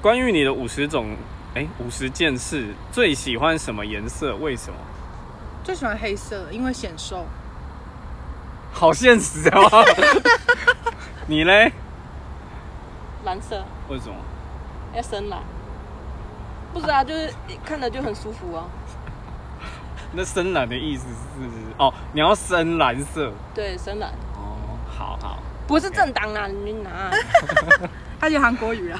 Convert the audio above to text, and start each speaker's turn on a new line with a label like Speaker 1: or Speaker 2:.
Speaker 1: 关于你的五十种，哎，五十件事，最喜欢什么颜色？为什么？
Speaker 2: 最喜欢黑色的，因为显瘦。
Speaker 1: 好现实哦。你嘞？
Speaker 3: 蓝色
Speaker 1: 为什么？
Speaker 3: 要深蓝，不知道、就是看着就很舒服啊。
Speaker 1: 那深蓝的意思是哦，你要深蓝色。
Speaker 3: 对，深蓝
Speaker 1: 哦，好好。
Speaker 3: 不是正当啊，你拿啊
Speaker 2: 他就韩国语啊，